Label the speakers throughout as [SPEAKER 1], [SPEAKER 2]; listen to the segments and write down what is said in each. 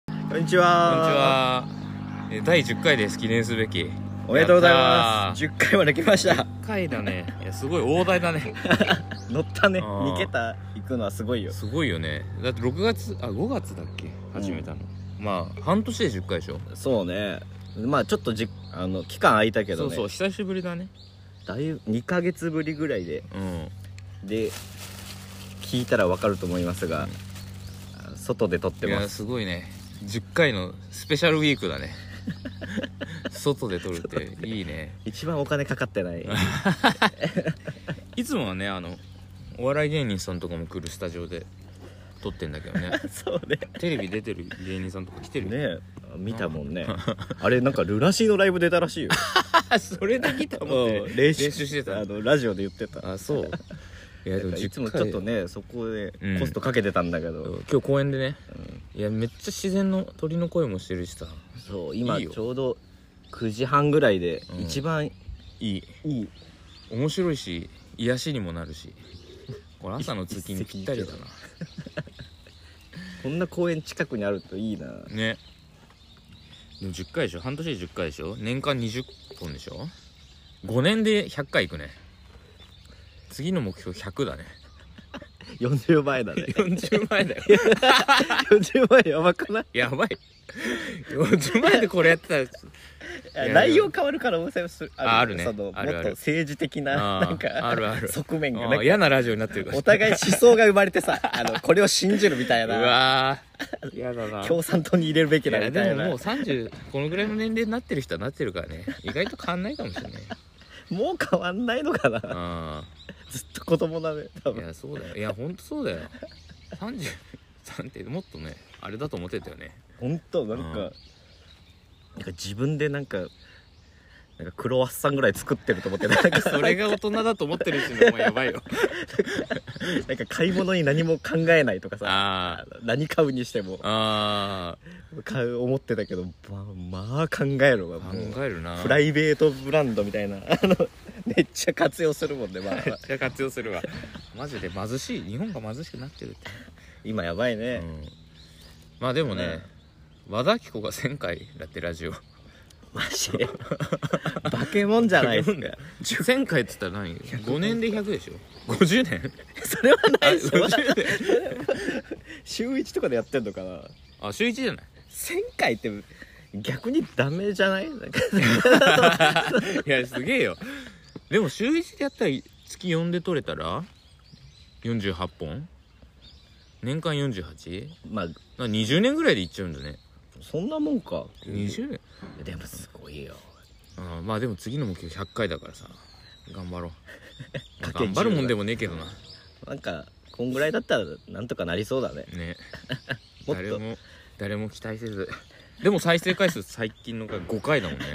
[SPEAKER 1] こんにち
[SPEAKER 2] こんにち
[SPEAKER 1] は。
[SPEAKER 2] は。え第10回です。記念すべき。
[SPEAKER 1] おめでとうございます。
[SPEAKER 2] やっ
[SPEAKER 1] 10回まで来ました。
[SPEAKER 2] たー。10回だね。 いや、すごい大台だね。
[SPEAKER 1] 乗ったね。
[SPEAKER 2] あー
[SPEAKER 1] 2桁行くのはすごいよ。
[SPEAKER 2] すごいよね。だって6月、あ、5月だっけ始めたの。まあ、半年で10回でしょ。
[SPEAKER 1] そうね。まあちょっとじあの期間空いたけ
[SPEAKER 2] そ
[SPEAKER 1] ど
[SPEAKER 2] う
[SPEAKER 1] ね。
[SPEAKER 2] そう、久しぶりだね。
[SPEAKER 1] だいぶ2ヶ月ぶりぐらいで
[SPEAKER 2] うん。
[SPEAKER 1] で聞いたらわかると思いますが、あ外で撮って
[SPEAKER 2] い
[SPEAKER 1] ま
[SPEAKER 2] や、
[SPEAKER 1] す。
[SPEAKER 2] すごいね。10回のスペシャルウィークだ ね。外で撮るっていいね。
[SPEAKER 1] 一番お金かかってない。
[SPEAKER 2] いつもはね、あの、お笑い芸人さんとかも来るスタジオで撮ってんだけど ね。
[SPEAKER 1] そうね。
[SPEAKER 2] テレビ出てる芸人さんとか来てるよ
[SPEAKER 1] ね見たもんね。 あれなんかルラシーのライブ出たらしいよ。
[SPEAKER 2] あそれで来たもんね
[SPEAKER 1] うん
[SPEAKER 2] 練習してた
[SPEAKER 1] あのラジオで言ってた。
[SPEAKER 2] あそう いや
[SPEAKER 1] だからいつもちょっとねそこでコストかけてたんだけど、
[SPEAKER 2] 今日公園でね、いやめっちゃ自然の鳥の声もしてるしさ
[SPEAKER 1] そう今
[SPEAKER 2] いいよ
[SPEAKER 1] ちょうど9時半ぐらいで
[SPEAKER 2] うん
[SPEAKER 1] 一番い
[SPEAKER 2] いい
[SPEAKER 1] い、
[SPEAKER 2] 面白いし癒しにもなるしこれ朝の通勤にぴったりだな
[SPEAKER 1] こんな公園近くにあるといいな
[SPEAKER 2] ねでも10回でしょ半年で10回でしょ年間20本でしょ5年で100回いくね次の目標100だね
[SPEAKER 1] 40倍 だね
[SPEAKER 2] 40前だよ
[SPEAKER 1] 40倍やばくない
[SPEAKER 2] やばい40前でこれやってたらやいや
[SPEAKER 1] 内容変わるから面白いる
[SPEAKER 2] ああるね
[SPEAKER 1] そのもっ
[SPEAKER 2] あるある
[SPEAKER 1] と政治的な
[SPEAKER 2] あー
[SPEAKER 1] なんか
[SPEAKER 2] あるある
[SPEAKER 1] 側面が
[SPEAKER 2] あー
[SPEAKER 1] ね
[SPEAKER 2] 嫌なラジオになってるから
[SPEAKER 1] お互い思想が生まれ てさあのこれを信じるみたいうな
[SPEAKER 2] わー嫌だな
[SPEAKER 1] 共産党に入れるべきだ
[SPEAKER 2] いや
[SPEAKER 1] みた
[SPEAKER 2] で
[SPEAKER 1] い
[SPEAKER 2] も
[SPEAKER 1] な
[SPEAKER 2] もう30このぐらいの年齢になってる人はなってるからね意外と変わんないかもしれない
[SPEAKER 1] もう変わんないのかな
[SPEAKER 2] あ
[SPEAKER 1] ずっと子供だね多
[SPEAKER 2] あい
[SPEAKER 1] 分
[SPEAKER 2] やそうだよいやほんとそうだよ33ってもっとねあれだと思ってたよね
[SPEAKER 1] 本当なんか、
[SPEAKER 2] うん
[SPEAKER 1] なんか自分でなんかなんかクロワッサンぐらい作ってると思ってたなんか
[SPEAKER 2] それが大人だと思ってる人もうやばいよ
[SPEAKER 1] なんか買い物に何も考えないとかさ
[SPEAKER 2] あ
[SPEAKER 1] 何買うにしても
[SPEAKER 2] ああ
[SPEAKER 1] 買う思ってたけどままあ考えるわ
[SPEAKER 2] あ
[SPEAKER 1] も
[SPEAKER 2] 考
[SPEAKER 1] う
[SPEAKER 2] えるな
[SPEAKER 1] プライベートブランドみたいな あのめっちゃ活用するもんね、まあ、
[SPEAKER 2] めっちゃ活用するわマジで貧しい日本が貧しくなってるって
[SPEAKER 1] 今やばいね、
[SPEAKER 2] うんまあでもね、和田アキ子が1000回だってラジオ
[SPEAKER 1] マジ で化け物じゃないですか
[SPEAKER 2] 1000回って言ったら何5年で100でしょ50年
[SPEAKER 1] それは
[SPEAKER 2] あ
[SPEAKER 1] ないですよ
[SPEAKER 2] 50年
[SPEAKER 1] 週1とかでやってんのかな
[SPEAKER 2] あ週1じゃない
[SPEAKER 1] 1000回って逆にダメじゃないなんか
[SPEAKER 2] いやすげえよでも週1でやったら月4で取れたら48本年間 48?
[SPEAKER 1] まあ
[SPEAKER 2] な20年ぐらいでいっちゃうんだね
[SPEAKER 1] そんなもんか
[SPEAKER 2] 20年
[SPEAKER 1] でもすごいよ
[SPEAKER 2] あまあでも次の目標100回だからさ頑張ろ う
[SPEAKER 1] かけ10
[SPEAKER 2] 頑張るもんでもねえけどな
[SPEAKER 1] なんかこんぐらいだったらなんとかなりそうだね
[SPEAKER 2] ね
[SPEAKER 1] もっと
[SPEAKER 2] 誰も誰も期待せずでも再生回数最近のが5回だもんね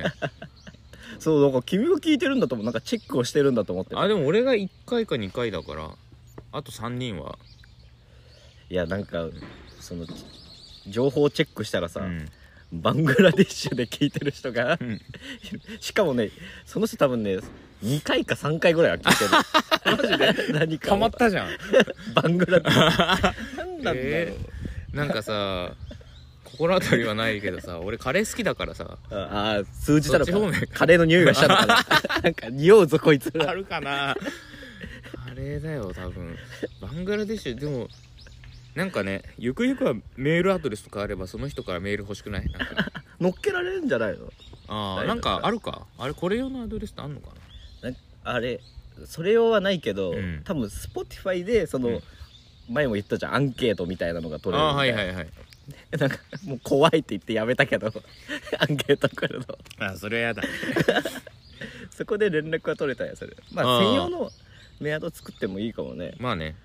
[SPEAKER 1] そうなんか君が聞いてるんだと思うなんかチェックをしてるんだと思って
[SPEAKER 2] あでも俺が1回か2回だからあと3人はい
[SPEAKER 1] やなんかその情報をチェックしたらさ、
[SPEAKER 2] うん
[SPEAKER 1] バングラディッシュで聞いてる人が、
[SPEAKER 2] ん
[SPEAKER 1] しかもねその人多分ね2回か3回ぐらいは聞 いてるマジで何か
[SPEAKER 2] た
[SPEAKER 1] を
[SPEAKER 2] まったじ ゃん
[SPEAKER 1] バングラディ ッシュ何なんだろう、
[SPEAKER 2] えなんかさ心当たりはないけどさ俺カレー好きだからさ
[SPEAKER 1] ああ数字たのか
[SPEAKER 2] そっち方面
[SPEAKER 1] カレーの匂いがしたの かななんか匂うぞこいつら
[SPEAKER 2] あるかなカレーだよ多分バングラデシュでもなんかねゆくゆくはメールアドレスとかあればその人からメール欲しくないなん か
[SPEAKER 1] 乗っけられるんじゃないの
[SPEAKER 2] あ
[SPEAKER 1] ないの
[SPEAKER 2] ーなんかあるかあれこれ用のアドレスってあんのか
[SPEAKER 1] なんあれそれ用はないけど、
[SPEAKER 2] うん
[SPEAKER 1] 多分 Spotify でその、
[SPEAKER 2] うん
[SPEAKER 1] 前も言ったじゃんアンケートみたいなのが取
[SPEAKER 2] な
[SPEAKER 1] れる
[SPEAKER 2] あー
[SPEAKER 1] みた
[SPEAKER 2] は
[SPEAKER 1] な
[SPEAKER 2] いいはいはい
[SPEAKER 1] なんかもう怖いって言ってやめたけど アンケート来るの
[SPEAKER 2] あそれはやだ
[SPEAKER 1] そこで連絡が取れたんやそれまあ
[SPEAKER 2] あー
[SPEAKER 1] 専用のメアド作ってもいいかもね
[SPEAKER 2] まあね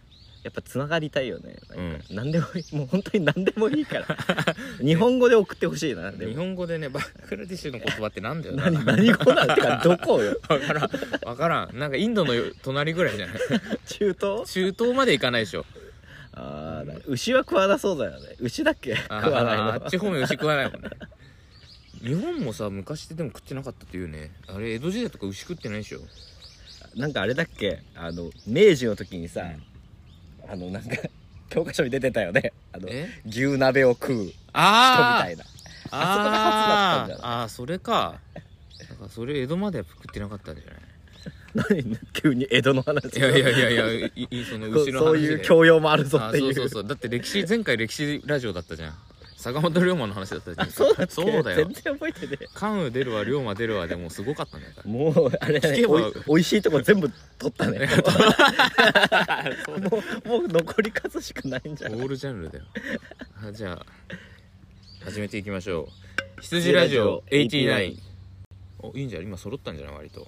[SPEAKER 1] やっぱつながりたいよねなんか何でもいい もう本当に何でもいいから 日本語で送ってほしいなで
[SPEAKER 2] 日
[SPEAKER 1] も
[SPEAKER 2] 本語でねバングラデシュの言葉ってなんだよな
[SPEAKER 1] 何何語なんてかどこよ
[SPEAKER 2] 分からん分からんなんかインドの隣ぐらい じゃない
[SPEAKER 1] 中東
[SPEAKER 2] 中東まで行かないでしょ
[SPEAKER 1] ああ牛は食わなそうだよね牛だっけ食
[SPEAKER 2] あ
[SPEAKER 1] わないの
[SPEAKER 2] ーあっち方面牛食わないもんね日本もさ昔ってでも食ってなかったっていうねあれ江戸時代とか牛食ってないでしょ
[SPEAKER 1] なんかあれだっけあの明治の時にさ、あのなんか 教科書に出てたよねあの
[SPEAKER 2] え
[SPEAKER 1] 牛鍋を食う人み
[SPEAKER 2] あ
[SPEAKER 1] たい
[SPEAKER 2] ー
[SPEAKER 1] なあそこが初だった
[SPEAKER 2] あ
[SPEAKER 1] んじゃない
[SPEAKER 2] ーあーそれかだからそれ江戸までやっぱ食ってなかったんじゃない
[SPEAKER 1] 何急に江戸の話
[SPEAKER 2] いやいやいやいやいいその
[SPEAKER 1] そ
[SPEAKER 2] 後
[SPEAKER 1] う
[SPEAKER 2] ろ
[SPEAKER 1] そういう教養もあるぞ
[SPEAKER 2] あ
[SPEAKER 1] っていう
[SPEAKER 2] そうそうそうだって歴史前回歴史ラジオだったじゃん坂本龍馬の話だったじゃん
[SPEAKER 1] そうだっけ
[SPEAKER 2] そうだよ
[SPEAKER 1] 全然覚えてねえ
[SPEAKER 2] 関羽出るわ龍馬出るわでもうすごかったんだか
[SPEAKER 1] もうあれだ
[SPEAKER 2] 聞け
[SPEAKER 1] ね
[SPEAKER 2] ば
[SPEAKER 1] おいおいしいとこ全部取った ね
[SPEAKER 2] ら
[SPEAKER 1] もうもう残り数しかないんじゃ
[SPEAKER 2] オ
[SPEAKER 1] ない
[SPEAKER 2] ールジャンルだよあじゃあ始めていきましょう羊ラジオ89おいいんじゃん今揃ったんじゃない割と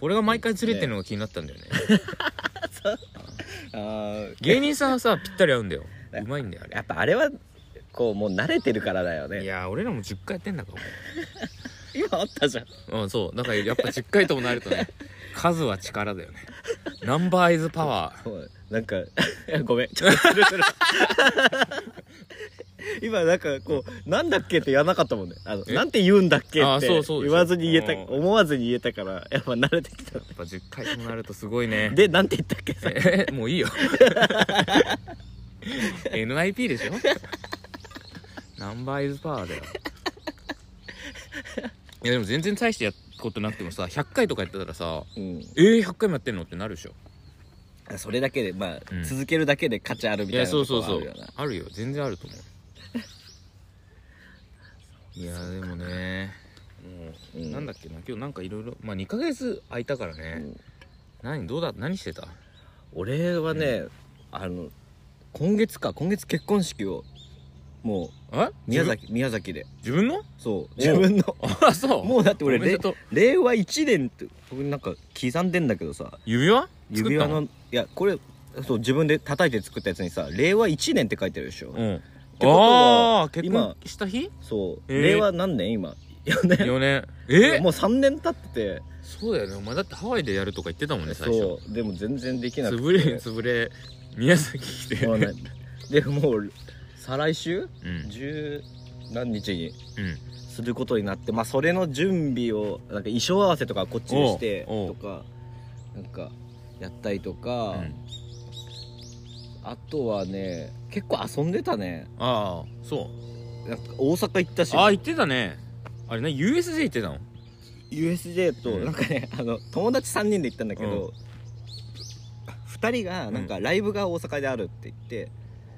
[SPEAKER 2] これが毎回ずれてるのが気になったん だよね
[SPEAKER 1] あー
[SPEAKER 2] 芸人さんはさぴったり合うんだ ようまいんだよあれ
[SPEAKER 1] やっぱあれはこうもう慣れてるからだよ
[SPEAKER 2] い
[SPEAKER 1] ね
[SPEAKER 2] やー俺らも10回やってんだから
[SPEAKER 1] 今あったじゃん
[SPEAKER 2] うん、そう。だからやっぱ10回ともなると ね、数は力だよね。ナンバーイズパワ
[SPEAKER 1] そうなん かごめんちょっとスルーする 今なんかこうなんだっけって言わなかったもんねあの
[SPEAKER 2] え
[SPEAKER 1] なんて言うんだっけっ
[SPEAKER 2] あー
[SPEAKER 1] て
[SPEAKER 2] そうそうで
[SPEAKER 1] 言
[SPEAKER 2] す
[SPEAKER 1] わずに言えた
[SPEAKER 2] うん
[SPEAKER 1] 思わずに言えたからやっぱ慣れてきた
[SPEAKER 2] ー。やっぱ10回ともなるとすごいね。
[SPEAKER 1] でなんて言ったっけさ
[SPEAKER 2] え、 もういいよ。NIP でしょナンバーイズパワーだよ。いやでも全然大してやったことなくてもさ、100回とかやってたらさ、
[SPEAKER 1] うん
[SPEAKER 2] えー、100回もやってんのってなるでしょ。
[SPEAKER 1] それだけでまあ、
[SPEAKER 2] うん
[SPEAKER 1] 続けるだけで価値あるみ
[SPEAKER 2] い
[SPEAKER 1] たい
[SPEAKER 2] や、
[SPEAKER 1] な
[SPEAKER 2] そう
[SPEAKER 1] とこ
[SPEAKER 2] そ
[SPEAKER 1] はあ
[SPEAKER 2] うそ
[SPEAKER 1] るよ
[SPEAKER 2] う
[SPEAKER 1] な。
[SPEAKER 2] あるよ。全然あると思う。いや、でもね、もう。
[SPEAKER 1] う
[SPEAKER 2] なんだっけな今日なんかいろいろまあ2ヶ月空いたからね、
[SPEAKER 1] うん
[SPEAKER 2] 何どうだ何してた
[SPEAKER 1] 俺はね、あの今月か今月結婚式をもう
[SPEAKER 2] え
[SPEAKER 1] 宮崎宮崎で
[SPEAKER 2] 自分の
[SPEAKER 1] そう自分の
[SPEAKER 2] あそう
[SPEAKER 1] もうだって俺
[SPEAKER 2] おめでとう
[SPEAKER 1] 令和1年って僕なんか刻んでんだけどさ
[SPEAKER 2] 指輪
[SPEAKER 1] 指輪
[SPEAKER 2] 作
[SPEAKER 1] の
[SPEAKER 2] っ
[SPEAKER 1] いやこれそう自分で叩いて作ったやつにさ令和1年って書いてるでしょ、
[SPEAKER 2] たのうん
[SPEAKER 1] ことは
[SPEAKER 2] ああー結
[SPEAKER 1] 今
[SPEAKER 2] 婚し た日
[SPEAKER 1] そう、
[SPEAKER 2] えー
[SPEAKER 1] 令和何年今4年
[SPEAKER 2] 4年え
[SPEAKER 1] もう3年経って
[SPEAKER 2] そうだよねお前だってハワイでやるとか言ってたもん
[SPEAKER 1] て
[SPEAKER 2] ね最初
[SPEAKER 1] そうでも全然できなくて
[SPEAKER 2] 潰れ潰れ宮崎来て
[SPEAKER 1] もう
[SPEAKER 2] う
[SPEAKER 1] ねでもう再来週
[SPEAKER 2] ん
[SPEAKER 1] 十何日に
[SPEAKER 2] うん
[SPEAKER 1] することになってまあそれの準備をなんか衣装合わせとかこっちにして
[SPEAKER 2] おう
[SPEAKER 1] と
[SPEAKER 2] おう
[SPEAKER 1] かなんかやったりとか、
[SPEAKER 2] うん
[SPEAKER 1] あとはね結構遊んでたね
[SPEAKER 2] ああそう
[SPEAKER 1] なんか大阪行ったし
[SPEAKER 2] ああ言ってたねあれな USJ 行ってたの
[SPEAKER 1] USJ と
[SPEAKER 2] うん
[SPEAKER 1] なんかね、あの友達3人で行ったんだけど、二2人がなんかライブが大阪であるって言って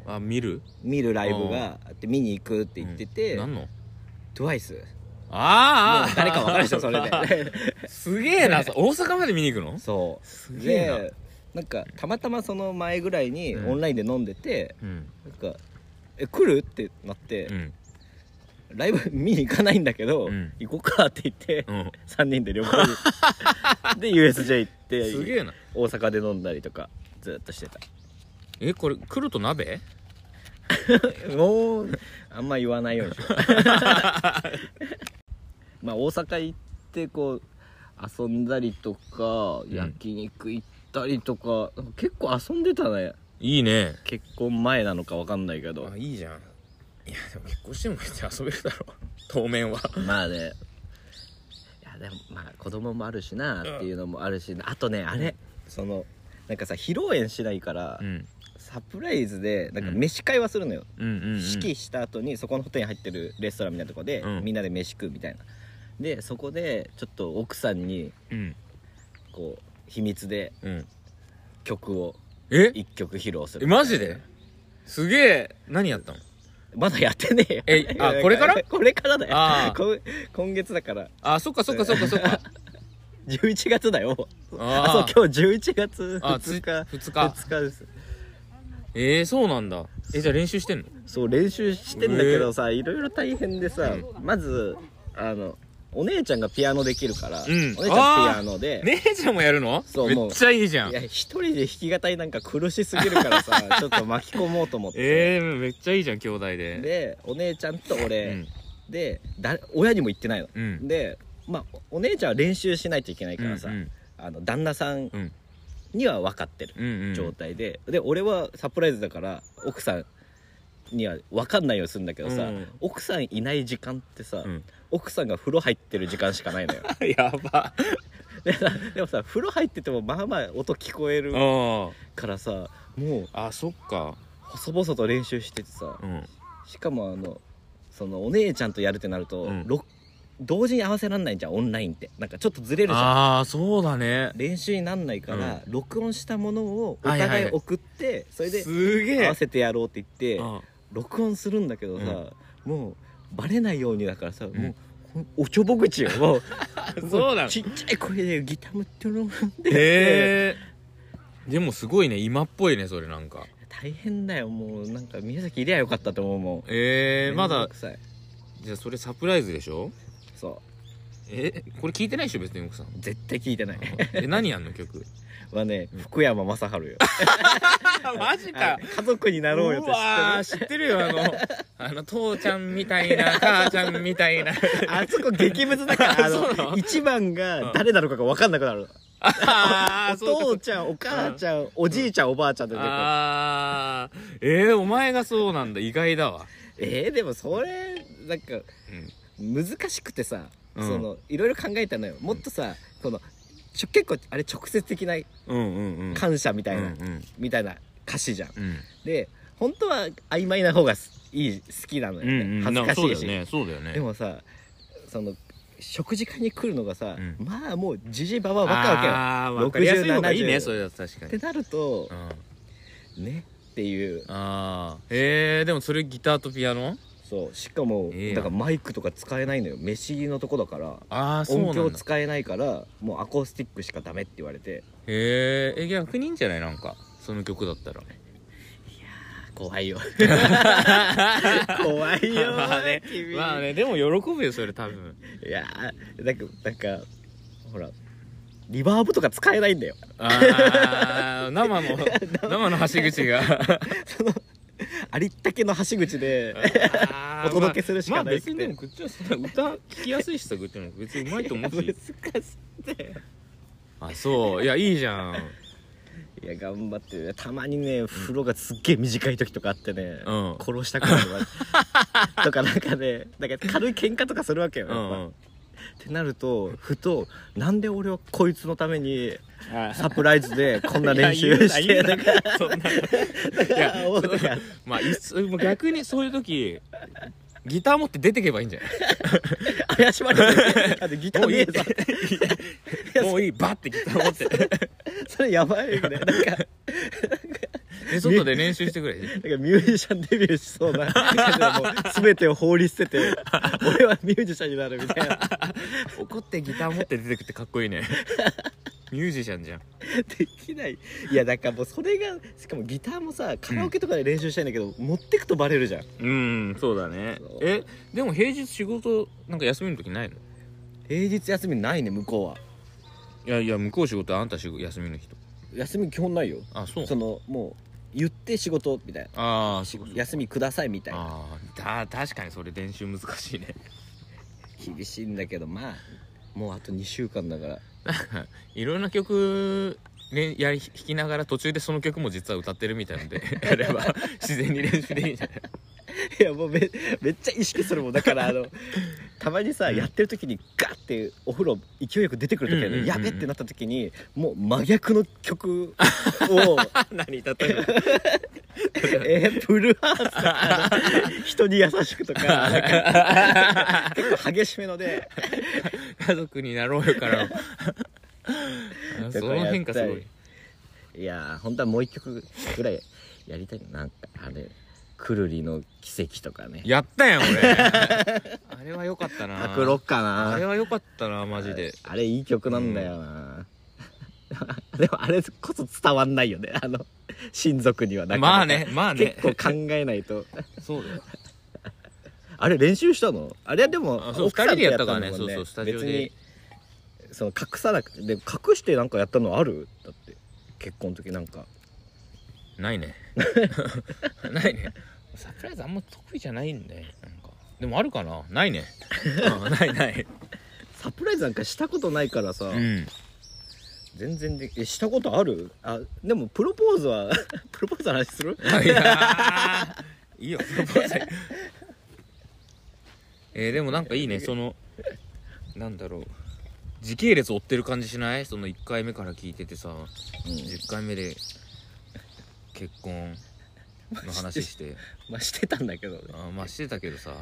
[SPEAKER 2] あ見る
[SPEAKER 1] 見るライブがあって見に行くって言ってて、
[SPEAKER 2] 何の
[SPEAKER 1] TWICE
[SPEAKER 2] あーあ
[SPEAKER 1] も
[SPEAKER 2] ー
[SPEAKER 1] う誰か分かるでしょそ れで
[SPEAKER 2] すげえなそ大阪まで見に行くの
[SPEAKER 1] そ
[SPEAKER 2] す
[SPEAKER 1] う
[SPEAKER 2] げえな
[SPEAKER 1] でなんかたまたまその前ぐらいに
[SPEAKER 2] うん
[SPEAKER 1] オンラインで飲んでて、
[SPEAKER 2] うん
[SPEAKER 1] なんか「え来る?」ってなって、
[SPEAKER 2] うん
[SPEAKER 1] ライブ見に行かないんだけど、
[SPEAKER 2] うん
[SPEAKER 1] 行こうかって言って、
[SPEAKER 2] うん
[SPEAKER 1] 3人で旅行に で USJ 行って
[SPEAKER 2] すげえな
[SPEAKER 1] 大阪で飲んだりとかずっとしてた
[SPEAKER 2] えこれ来ると鍋
[SPEAKER 1] もうあんま言わないようにしよう まあ大阪行ってこう遊んだりとか
[SPEAKER 2] ん
[SPEAKER 1] 焼肉行ったりとか、なんか結構遊んでたね
[SPEAKER 2] いいね
[SPEAKER 1] 結婚前なのか分かんないけど
[SPEAKER 2] あいいじゃんいやでも結婚しても別に遊べるだろ当面は
[SPEAKER 1] まあねいやでもまあ子供もあるしなっていうのもあるしあとねあれそのなんかさ披露宴しないから、
[SPEAKER 2] うん
[SPEAKER 1] サプライズでなんか飯会はするのよ、
[SPEAKER 2] うんうんうん
[SPEAKER 1] 式した後にそこのホテルに入ってるレストランみたいなとこで、
[SPEAKER 2] うん
[SPEAKER 1] みんなで飯食うみたいなでそこでちょっと奥さんに
[SPEAKER 2] うん
[SPEAKER 1] こう秘密で
[SPEAKER 2] うん
[SPEAKER 1] 曲を
[SPEAKER 2] え
[SPEAKER 1] 一曲披露す
[SPEAKER 2] え
[SPEAKER 1] る
[SPEAKER 2] マジですげえ何やったの
[SPEAKER 1] まだやってねえよ
[SPEAKER 2] えあこれから
[SPEAKER 1] これからだよ
[SPEAKER 2] ああ
[SPEAKER 1] こ今月だから
[SPEAKER 2] あそっかそっかそっかそっか
[SPEAKER 1] 11月だよ あ
[SPEAKER 2] あー
[SPEAKER 1] そう今日11月
[SPEAKER 2] あつ
[SPEAKER 1] 2日
[SPEAKER 2] 2
[SPEAKER 1] 2
[SPEAKER 2] 日
[SPEAKER 1] 日です
[SPEAKER 2] えー、そうなんだえじゃあ練習してんの
[SPEAKER 1] そう練習してんだけどさ、いろいろ大変でさ、まずあのお姉ちゃんがピアノできるから、
[SPEAKER 2] ん
[SPEAKER 1] お姉ちゃんピアノで、
[SPEAKER 2] 姉ちゃんもやるの
[SPEAKER 1] そうも
[SPEAKER 2] め
[SPEAKER 1] う
[SPEAKER 2] っちゃいいじゃ
[SPEAKER 1] い
[SPEAKER 2] ん
[SPEAKER 1] や一人で弾き語りなんか苦しすぎるから さちょっと巻き込もうと思って、
[SPEAKER 2] えー、めっちゃいいじゃん兄弟で
[SPEAKER 1] でお姉ちゃんと俺、
[SPEAKER 2] うん
[SPEAKER 1] でだ親にも言ってないの、
[SPEAKER 2] うん
[SPEAKER 1] でまあお姉ちゃんは練習しないといけないからさ、
[SPEAKER 2] うんうん
[SPEAKER 1] あの旦那さん
[SPEAKER 2] うん
[SPEAKER 1] には分かってる
[SPEAKER 2] うんうん
[SPEAKER 1] 状態で、で俺はサプライズだから奥さんには分かんないようにするんだけどさ、
[SPEAKER 2] うん
[SPEAKER 1] 奥さんいない時間ってさ、
[SPEAKER 2] うん
[SPEAKER 1] 奥さんが風呂入ってる時間しか ないのよ
[SPEAKER 2] やば
[SPEAKER 1] でさでもさ風呂入っててもまあまあ音聞こえる
[SPEAKER 2] あ
[SPEAKER 1] からさもう
[SPEAKER 2] あそっか
[SPEAKER 1] 細々と練習しててさ
[SPEAKER 2] うん
[SPEAKER 1] しかもあのそのお姉ちゃんとやるってなると、
[SPEAKER 2] うん
[SPEAKER 1] ろ同時に合わせらんないじゃんオンラインってなんかちょっとずれるじゃん
[SPEAKER 2] ああそうだね
[SPEAKER 1] 練習になんないから、録音したものをお
[SPEAKER 2] はいはい
[SPEAKER 1] 互
[SPEAKER 2] はい
[SPEAKER 1] い送って、それです
[SPEAKER 2] げ
[SPEAKER 1] 合
[SPEAKER 2] え
[SPEAKER 1] わせてやろうって言って、
[SPEAKER 2] あ
[SPEAKER 1] 録音するんだけどさ、もうバレないようにだからさ、もうほんおちょぼ口 よもう
[SPEAKER 2] そうなの
[SPEAKER 1] もちっちゃい声でギターもトロンで
[SPEAKER 2] へえ でもすごいね今っぽいねそれなんか
[SPEAKER 1] 大変だよもうなんか宮崎いりゃよかったと思うもん
[SPEAKER 2] えー、ま
[SPEAKER 1] めん
[SPEAKER 2] だ
[SPEAKER 1] どくさい
[SPEAKER 2] じゃあそれサプライズでしょ
[SPEAKER 1] そ
[SPEAKER 2] えこれ聞いてないでしょ別に奥さん
[SPEAKER 1] う絶対聞いてない
[SPEAKER 2] え何やんの曲
[SPEAKER 1] はね福山雅治よ
[SPEAKER 2] マジ
[SPEAKER 1] あ家族になろうよって知
[SPEAKER 2] わー
[SPEAKER 1] っ
[SPEAKER 2] 知ってるよあの あの父ちゃんみたいな母ちゃんみたいな
[SPEAKER 1] てるあそこ激ムズだ からあ
[SPEAKER 2] あそうなの
[SPEAKER 1] の一番が誰なのかが分かんなくなるの
[SPEAKER 2] あ
[SPEAKER 1] お
[SPEAKER 2] ーそうかそう
[SPEAKER 1] 父ちゃんお母ちゃんおじいちゃんおばあちゃんって出てくる
[SPEAKER 2] あーえー、お前がそうなんだ意外だわ、
[SPEAKER 1] えーでもそれなんか
[SPEAKER 2] うん
[SPEAKER 1] 難しくてさ
[SPEAKER 2] うん
[SPEAKER 1] そのいろいろ考えたのよもっとさこのちょ結構あれ直接的な
[SPEAKER 2] うんうんうん
[SPEAKER 1] 感謝みたいな
[SPEAKER 2] うんうん
[SPEAKER 1] みたいな歌詞じゃん
[SPEAKER 2] うん
[SPEAKER 1] で本当は曖昧な方がすいい好きなのよ、ね
[SPEAKER 2] うんうん
[SPEAKER 1] 恥ずかしいし、
[SPEAKER 2] なんそうだよねそうだよね
[SPEAKER 1] でもさその食事会に来るのがさ、
[SPEAKER 2] うん
[SPEAKER 1] まあもうじじばばばっかわけよ
[SPEAKER 2] あーわかりやすい方がいいね
[SPEAKER 1] 60
[SPEAKER 2] それだと確か
[SPEAKER 1] っ
[SPEAKER 2] に
[SPEAKER 1] てなると
[SPEAKER 2] う、ん
[SPEAKER 1] ねっていう
[SPEAKER 2] あーえー、でもそれギターとピアノ
[SPEAKER 1] そうしかも、
[SPEAKER 2] いいやん
[SPEAKER 1] だからマイクとか使えないのよ飯のとこだから
[SPEAKER 2] ああそうな
[SPEAKER 1] 音響
[SPEAKER 2] んだ
[SPEAKER 1] 使えないからもうアコースティックしかダメって言われて
[SPEAKER 2] へえー、え逆にいいんじゃないなんかその曲だったら
[SPEAKER 1] 怖いよ 怖いよ、
[SPEAKER 2] まあね
[SPEAKER 1] 君
[SPEAKER 2] まあねでも喜ぶよそれ多分
[SPEAKER 1] いやーなんかなんかほらリバーブとか使えないんだよ
[SPEAKER 2] あー生の生の橋口が
[SPEAKER 1] そのありったけの橋口で
[SPEAKER 2] あー
[SPEAKER 1] お届けするしかない
[SPEAKER 2] まあ別にでもこっちはそんな歌聞きやすいしさグっても別にうまいと思う
[SPEAKER 1] いや
[SPEAKER 2] し
[SPEAKER 1] 難しいんだよ
[SPEAKER 2] あそう いやいいじゃん
[SPEAKER 1] いや頑張ってたまにね風呂がすっげえ短い時とかあってね、
[SPEAKER 2] うん
[SPEAKER 1] 殺したくなるわ とかなんかねなんか軽い喧嘩とかするわけよ、
[SPEAKER 2] う
[SPEAKER 1] やっ
[SPEAKER 2] ん
[SPEAKER 1] ぱ
[SPEAKER 2] うん
[SPEAKER 1] ってなるとふとなんで俺はこいつのためにサプライズでこんな練習し
[SPEAKER 2] いや
[SPEAKER 1] てな
[SPEAKER 2] いや
[SPEAKER 1] いん
[SPEAKER 2] や
[SPEAKER 1] か
[SPEAKER 2] そんないや
[SPEAKER 1] 思うとか
[SPEAKER 2] まあいつもう逆にそういう時ギター持って出てけばいいんじゃない
[SPEAKER 1] 怪しまれてるあとギター
[SPEAKER 2] もう
[SPEAKER 1] 見
[SPEAKER 2] いい
[SPEAKER 1] えた
[SPEAKER 2] もういいバッてギター持って
[SPEAKER 1] それやばいよねなんかなんか
[SPEAKER 2] で外で練習してくれ
[SPEAKER 1] ミュージシャンデビューしそうな なんかもう全てを放り捨てて俺はミュージシャンになるみたいな
[SPEAKER 2] 怒ってギター持って出てくってかっこいいねミュージシャンじゃん
[SPEAKER 1] できないいやだからもうそれがしかもギターもさカラオケとかで練習したいんだけど、持ってくとバレるじゃん
[SPEAKER 2] うんそうだね
[SPEAKER 1] そう
[SPEAKER 2] えでも平日仕事なんか休みの時ないの
[SPEAKER 1] 平日休みないね向こうはい
[SPEAKER 2] やいや向こう仕事あんた仕事休みの日と
[SPEAKER 1] 休み基本ないよ
[SPEAKER 2] あそう
[SPEAKER 1] そのもう言って仕事みたいな
[SPEAKER 2] ああ仕事
[SPEAKER 1] 休みくださいみたいな
[SPEAKER 2] あーだ確かにそれ練習難しいね
[SPEAKER 1] 厳しいんだけどまあもうあと2週間だから
[SPEAKER 2] いろんな曲ね、やり弾きながら途中でその曲も実は歌ってるみたいので やれば自然に練習でいいんじゃない
[SPEAKER 1] いやもうめめっちゃ意識するもんだからあ のたまにさ、
[SPEAKER 2] うん
[SPEAKER 1] やってる時にガッてお風呂勢いよく出てくる時はね、
[SPEAKER 2] うんうんうんうん
[SPEAKER 1] やべってなった時にもう真逆の曲 を
[SPEAKER 2] 何例えば
[SPEAKER 1] えー、ブルーハーツとかあ の人に優しくとかなんか結構激しめので
[SPEAKER 2] 家族になろうよ からのあその変化すごい
[SPEAKER 1] いやー本当はもう一曲ぐらいやりたいのなんかあれくるりの奇跡とかね
[SPEAKER 2] やったやん俺あ れは良かったな
[SPEAKER 1] パクロッカな
[SPEAKER 2] あれは良かったなマジで
[SPEAKER 1] あれいい曲なんだよな、 でもあれこそ伝わんないよねあの親族にはなかなか
[SPEAKER 2] まあねまあね
[SPEAKER 1] 結構考えないと
[SPEAKER 2] そうだよ
[SPEAKER 1] あれ練習したのあれはでも
[SPEAKER 2] あそう
[SPEAKER 1] 奥さんと
[SPEAKER 2] 二人でやったからね
[SPEAKER 1] やったんだもん
[SPEAKER 2] そうそうスタジオで
[SPEAKER 1] 別にその隠さなくで隠してなんかやったのあるだって結婚の時なんか
[SPEAKER 2] ない ねないねサプライズあんま得意じゃないんでなんかでもあるかなない ねうんないない
[SPEAKER 1] サプライズなんかしたことないからさ、
[SPEAKER 2] うん
[SPEAKER 1] 全然でえしたことあるあでもプロポーズは プロポーズの話す る
[SPEAKER 2] いやーいいよ プロポーズえーでもなんかいいねそのなんだろう時系列追ってる感じしないその1回目から聞いててさ
[SPEAKER 1] うん
[SPEAKER 2] 10回目で結婚の話して
[SPEAKER 1] まあしてたんだけどね
[SPEAKER 2] あまあしてたけどさ